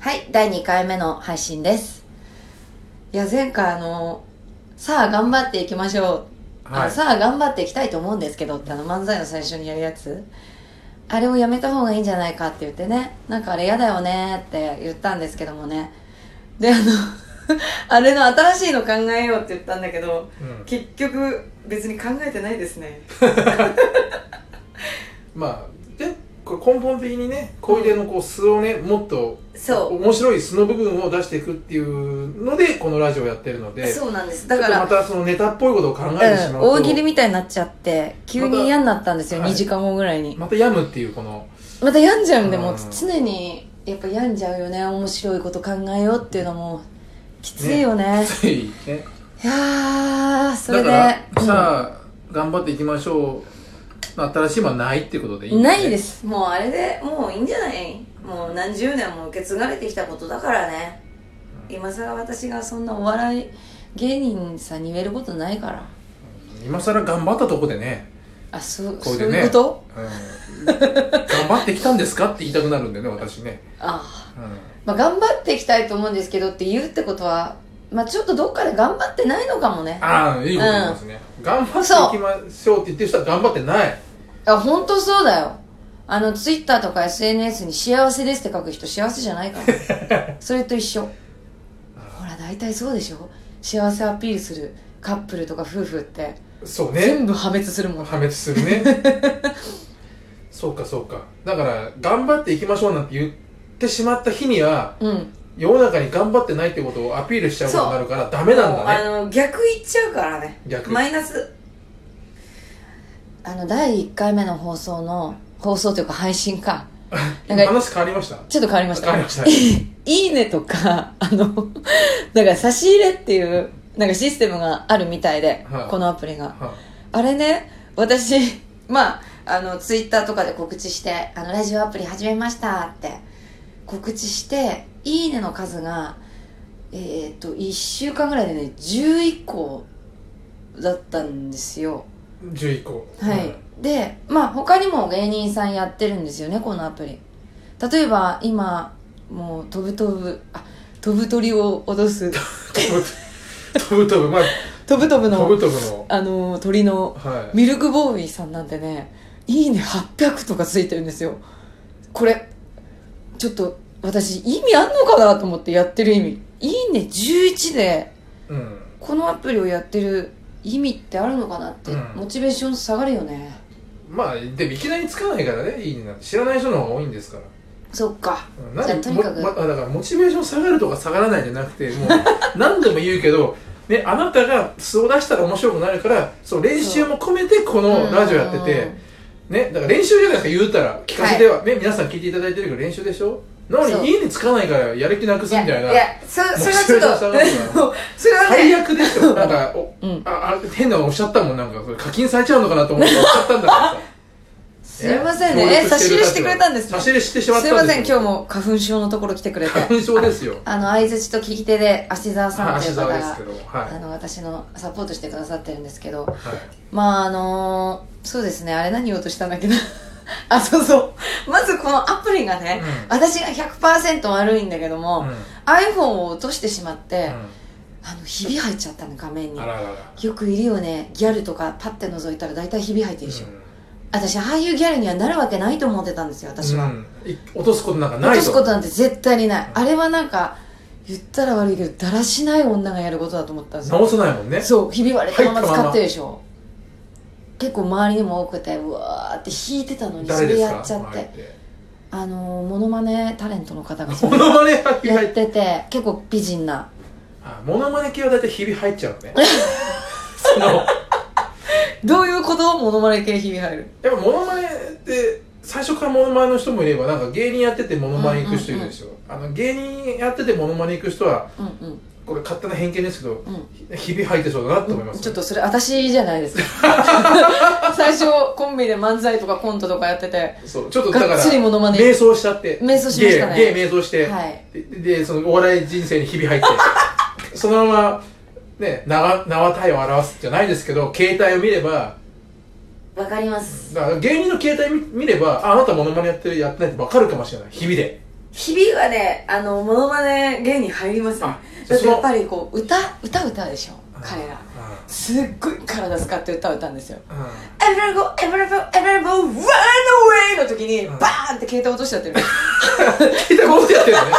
はい、第2回目の配信です。いや、前回あの、さあ頑張っていきましょう。あのはい。さあ頑張っていきたいと思うんですけどってあの漫才の最初にやるやつ。あれをやめた方がいいんじゃないかって言ってね、なんかあれ嫌だよねって言ったんですけどもね。で、あの、 あれの新しいの考えようって言ったんだけど、うん、結局別に考えてないですね。まあ、で、これ根本的にね、小出のこう素をね、もっとそう面白い素の部分を出していくっていうので、このラジオやってるので、そうなんです。だかちらょっ、とまたそのネタっぽいことを考えてしうんまうと、大喜利みたいになっちゃって急に嫌になったんですよ、また2時間後ぐらいにまた病むっていうこ の、また病んじゃうんでうんもう常にやっぱ病んじゃうよね面白いこと考えようっていうのもきついよねついね。いやーそれだでから、さあ、頑張っていきましょう。まあ新しいものはないってことでいいんだなねいですもうあれでもういいんじゃないもう何十年も受け継がれてきたことだからね今更私がそんなお笑い芸人さんに言えることないから今更頑張ったとこでね、あそうこれそでういねうこと うん、頑張ってきたんですかって言いたくなるんでね、私ね。ああうんまあ、頑張っていきたいと思うんですけどって言うってことは、まあ、ちょっとどっかで頑張ってないのかもねああ、いいこと言いますね。頑張っていきましょうって言ってる人は頑張ってない。あ本当そうだよあのツイッターとか SNS に「幸せです」って書く人幸せじゃないから ねそれと一緒ほら大体そうでしょ幸せアピールするカップルとか夫婦ってそうね。全部破滅するもん破滅するね。 そうか、そうか。だから、頑張っていきましょうなんて言ってしまった日には、うん世の中に頑張ってないってことをアピールしちゃうことになるから、ダメなんもうだね。あの逆いっちゃうからね逆マイナスあの第1回目の放送の放送というか配信かなんか 話変わりましたちょっと変わりました変わりました。 いいねとか、あの、だから差し入れっていう、なんかシステムがあるみたいで、はいこのアプリが。はあれね、私、まあ、あの、ツイッターとかで告知して、あの、ラジオアプリ始めましたって、告知して、いいねの数が、えーっと、1週間ぐらいでね、11個だったんですよ。い11個。はい、うんでまあ他にも芸人さんやってるんですよねこのアプリ例えば今もう飛ぶ飛ぶあ飛ぶ鳥を脅 す飛ぶ飛ぶ飛ぶ、ま あ、飛ぶ飛ぶの飛ぶ飛ぶの。あの鳥のはい。ミルクボーイさんなんてねいいね800とかついてるんですよこれちょっと私意味あんのかなと思ってやってる意味いいね11でうん。このアプリをやってる意味ってあるのかなって、うんモチベーション下がるよねまあ、でもいきなりつかないからね、いいねなんて。知らない人の方が多いんですから。そっかなんじゃあでとにかくもまあだからモチベーション下がるとか下がらないじゃ なくてもう何でも言うけど、ね、あなたが素を出したら面白くなるからそう練習も込めてこのラジオやってて、ね、だから練習じゃないですか言うたら聞かせては、ね、皆さん聞いていただいてるけど練習でしょなそのうに家につかないからやる気なくすみたいなやいやそそれはちょっと面白い話だそれは最ね悪ですよなんかおうんああ変なのおっしゃったもんなんかそれ課金されちゃうのかなと思っておっしゃったんだからさ すいませんねえ差し入れしてくれたんですね差し入れしてしまったすいませんで今すよ日も花粉症のところ来てくれて花粉症ですよあの相づちと聞き手で芦沢さんとい足う方沢が、ですけど、はいあ。の私のサポートしてくださってるんですけどはい、まああのそうですねあれ何言おうとしたんだっけど あそうそうまずこのアプリがね、う私が100%悪いんだけども、iPhone を落としてしまって、うあのひび入っちゃったの画面ん、にあららら。よくいるよねギャルとかパッて覗いたら大体ひび入ってるでしょ、うん私ああいうギャルにはなるわけないと思ってたんですよ私は、うんい落とすことなんかな落いとと。すことなんて絶対にない、うんあれはなんか言ったら悪いけどだらしない女がやることだと思ったんですよ直せないもんね。そうひび割れたまま入ったまま使ってるでしょ結構周りにも多くてうわーって引いてたのにそ誰でれすやかっちゃっあれてあのーモノマネタレントの方がそモれノマネはひびや入っ ってて結構美人なあ、モノマネ系は大体ひび入っちゃうね。 その、やっどういうことモノマネ系ひび入るぱモノマネって、最初からモノマネの人もいれば、なんか芸人やっててモノマネ行く人いるでしょ。あの、芸人やっててモノマネ行く人は、うんうんこれ勝手な偏見ですけど、うんひひび入ってそうだなと思います。ちょっとそれ私じゃ ないですか最初コンビで漫才とかコントとかやっててそう、ちょっとだから、がっつりモノマネ瞑想しちゃって。瞑想しましたね芸、芸瞑想して。はいででそのお笑い人生に日々入って そのままね縄縄体を表すじゃないですけど携帯を見ればわかりますだから芸人の携帯見見ればああなたモノマネやってるやってないって分かるかもしれない日々でひびがねあのモノマネ芸人入りますねあだってやっりぱりこう歌歌歌でしょ彼らすっごい体使って歌を歌うんですよ「エブラゴエブラゴエブラゴワンアウェイ!」の時にうんバーンって携帯落としちゃ ってる聞いたことやって るのね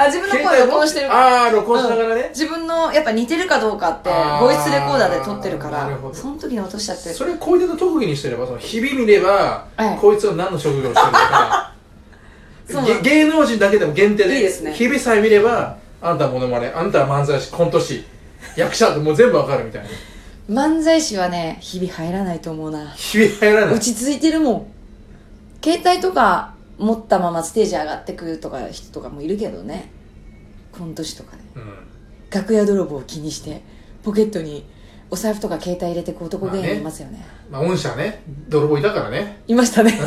あ自分の声を録音してるああ録音しながらね自分のやっぱ似てるかどうかってあーボイスレコーダーで撮ってるかなるらほどその時に落としちゃってるそれこういうの特技にしてればその日々見ればはいこいつは何の職業をしてるのか そうげ芸能人だけでも限定でいいですね日々さえ見ればあんたはモノマネあんたは漫才師コント師役者ってもう全部わかるみたいな漫才師はね日々入らないと思うな日々入らない落ち着いてるもん携帯とか持ったままステージ上がってくるとか人とかもいるけどねコント師とかねうん楽屋泥棒を気にしてポケットにお財布とか携帯入れてく男芸人いますよね,、まあ御社ね泥棒いたからねいました ね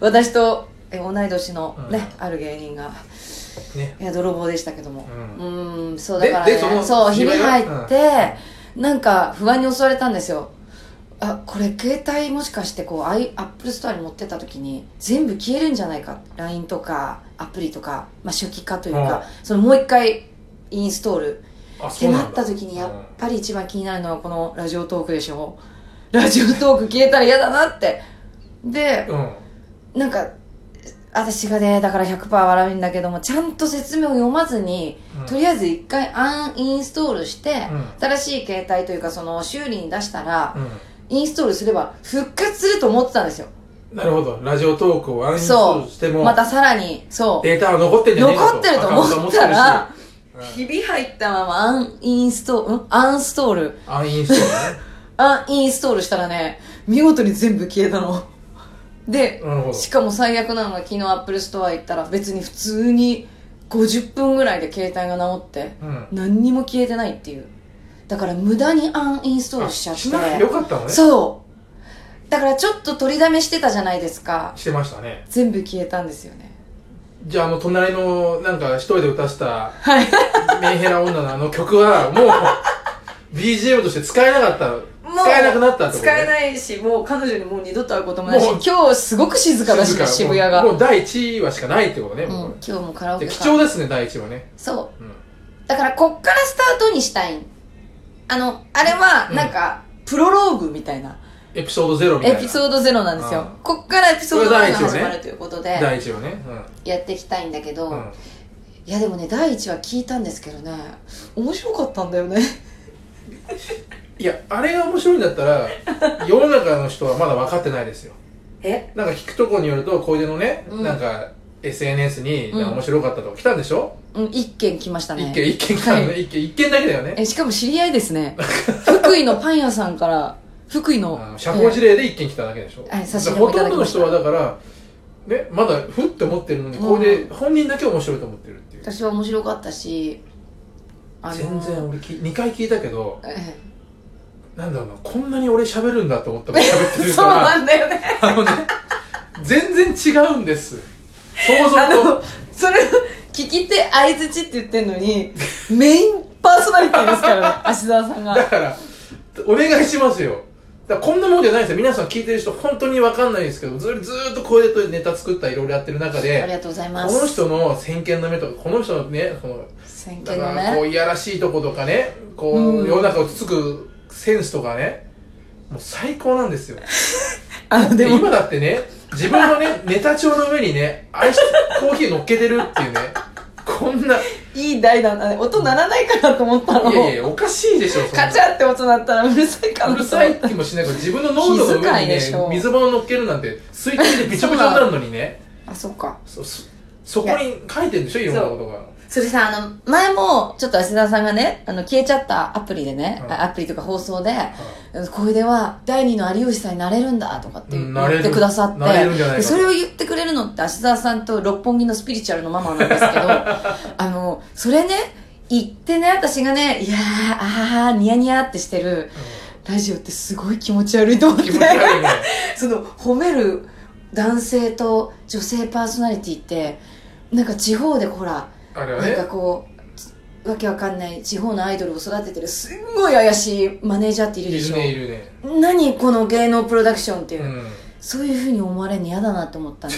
私とえ同い年のね、ある芸人がねいや泥棒でしたけどもううんんそうだでから、ね、でそのそうひび芝居が入って、なんか不安に襲われたんですよあこれ携帯もしかしてこうアイアップルストアに持ってった時に全部消えるんじゃないか LINE とかアプリとか、まあ、初期化というか、そのもう一回インストールあってなった時にやっぱり一番気になるのはこのラジオトークでしょラジオトーク消えたら嫌だなってでうんうんなんか私がねだから100%悪いんだけどもちゃんと説明を読まずに、うんとりあえず一回アンインストールして、うん新しい携帯というかその修理に出したら、うインストールすれば復活すると思ってたんですよ、んなるほどラジオトークをアンインストーそルしてうもまたさらにそうデータは残ってんじゃねえか残ってると思ったらアカウントは持ってるしひび入ったままアンインストールアンストールうんアンインストールねアンインストールしたらね見事に全部消えたので なるほどしかも最悪なのが昨日アップルストア行ったら別に普通に50分ぐらいで携帯が直ってうん何にも消えてないっていうだから無駄にアンインストールしちゃっあなくててよかったのねそうだからちょっと取りだめしてたじゃないですかしてましたね全部消えたんですよねじゃああの隣のなんか一人で歌したはいメンヘラ女のあの曲はもう BGM として使えなかった使えなくなったってこと、ね、使えないしもう彼女にもう二度と会うこともないしもう今日すごく静かだし静か渋谷がもうもう第1話しかないってことね、うん、もう今日もカラオこれケでか貴重ですね第1話ね、そううん、だからこっからスタートにしたいあのあれはなんか、プロローグみたいなエピソード0みたいエなピソードゼロなんですようこっからエピソードこれ0第が一話始ねまるということで第1話ねやっていきたいんだけど、うん、うん、いやでもね第1話聞いたんですけどね面白かったんだよねいやあれが面白いんだったら 世の中の人はまだ分かってないですよえなんか聞くとこによると小出のね、うんなんか SNS にうんなんか面白かったとか来たんでしょ、うん一件来ましたね一件一件来たのね、は一件一件だけだよねえしかも知り合いです ね福井のパン屋さんから福井のあの社交辞令で一件来ただけでしょ、はい差し入れほもいたとだんきどまのした人はだから、ね、まだふって思ってるのにこれで本人だけ面白いと思ってるっていう、私は面白かったしあの全然俺き2回聞いたけどえなんだろうなこんなに俺喋るんだと思ったもん喋ってえ るそうかなんだよねらあのね全然違うんです想あ像とのそれ聞き手相づちって言ってんのにメインパーソナリティです からね芦澤さんだがからお願いしますよだからこんなもんじゃないですよ皆さん聞いてる人本当に分かんないですけどずずーっとこうやってネタ作ったりいろいろやってる中ありでがとうございこますの人の先見の目とかこの人のねこの先見だかのらこうねいやらしいとことかねこう、うん世の中をつつくセンスとかねもう最高なんですよあのででも今だってね自分のねネタ帳の上にねアイスコーヒー乗っけてるっていうねこんないい台だな音鳴らないかなと思ったのやいやいやおかしいでしょそんなカチャって音鳴ったらうるさいかなうと思るったさいって気もしないけど自分の濃度の気遣上いにでねしょ水物乗っけるなんて水滴でびちょびちょになるのにねあそっかそそそこに書いてるんでしょいろんなことがそれさあの前もちょっと芦田さんがねあの消えちゃったアプリでね、うんあアプリとか放送で「小出は第二の有吉さんになれるんだ」とかってう言んなれっるてくださってなれるんじゃないかでとそれを言ってくれるのって芦田さんと六本木のスピリチュアルのママなんですけ どあのそれね言ってね私がね「いやーあははニヤニヤ」ってしてるラジオってすごい気持ち悪いと思っうんて気持ち悪いね その褒める男性と女性パーソナリティってなんか地方でほらあれはなんねかこうわけわかんない地方のアイドルを育ててるすんごい怪しいマネージャーっているいでしるょねいるね何この芸能プロダクションっていうう、んそういうふうに思われるの嫌だなと思ったんで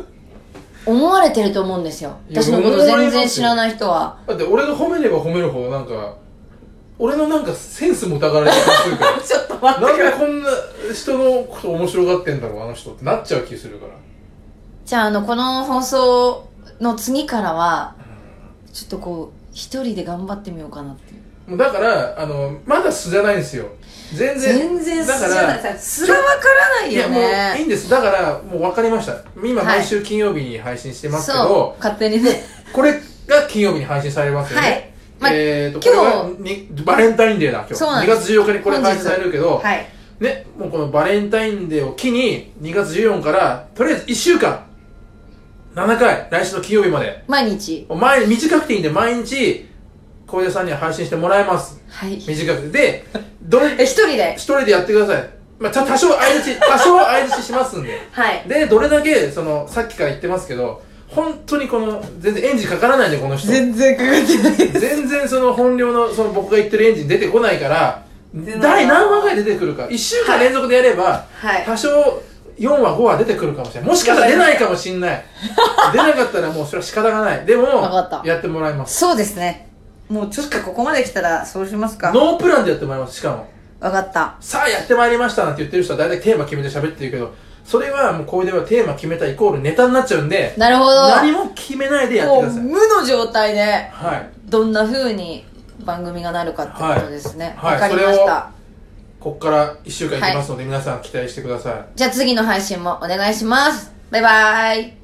思われてると思うんですよいや私のこと思われ全ますよ然知らない人 はだって俺が褒めれば褒めるほどなんか俺のなんかセンスも疑われてる気がするからちょっと待なんでこんな人のこと面白がってんだろうあの人ってなっちゃう気するからじゃああのこの放送の次からはちょっとこう一人で頑張ってみようかなっていうもうだからあのまだ素じゃないんですよ全然全然素だじかゃらない素がわからないいやよもういいねんですだからもう分かりました今はい毎週金曜日に配信してますけそど、う勝手にねこれが金曜日に配信されますよね、はいまあえー、と今日これがにバレンタインデーだ今日そうなん2です月14日にこれ配信されるけど、はいね、もうこのバレンタインデーを機に2月14からとりあえず1週間7回来週の金曜日まで毎日もう毎短くていいんで毎日小出さんには配信してもらいますはい短くてでどれえ一人で一人でやってください。まあ、た多少相 槌、多少相槌しますんで。はいで、どれだけ、その、さっきから言ってますけど、本当にこの、全然エンジンかからないんで、この人。然かかってない全然その本領の、その僕が言ってるエンジン出てこないから、ない第何話ぐらい出てくるか。一週間連続でやれば、はい多少4話、5話出てくるかもしれない。もしかしたら出ないかもしれ ない。出なかったらもうそれは仕方がない。でもわかっ、たやってもらいます。そうですねもうちょっとここまで来たらそうしますかノープランでやってもらいます、しかも。わかったさあやってまいりましたなんて言ってる人は大体テーマ決めて喋ってるけど、それはもう小出はテーマ決めたイコールネタになっちゃうんで、なるほど何も決めないでやっもてうください。無の状態ではい。どんな風に番組がなるかってことですねわ、はいかりまそしれたをこっから1週間いきますので、皆さん期待してください。じゃあ次の配信もお願いしますバイバイ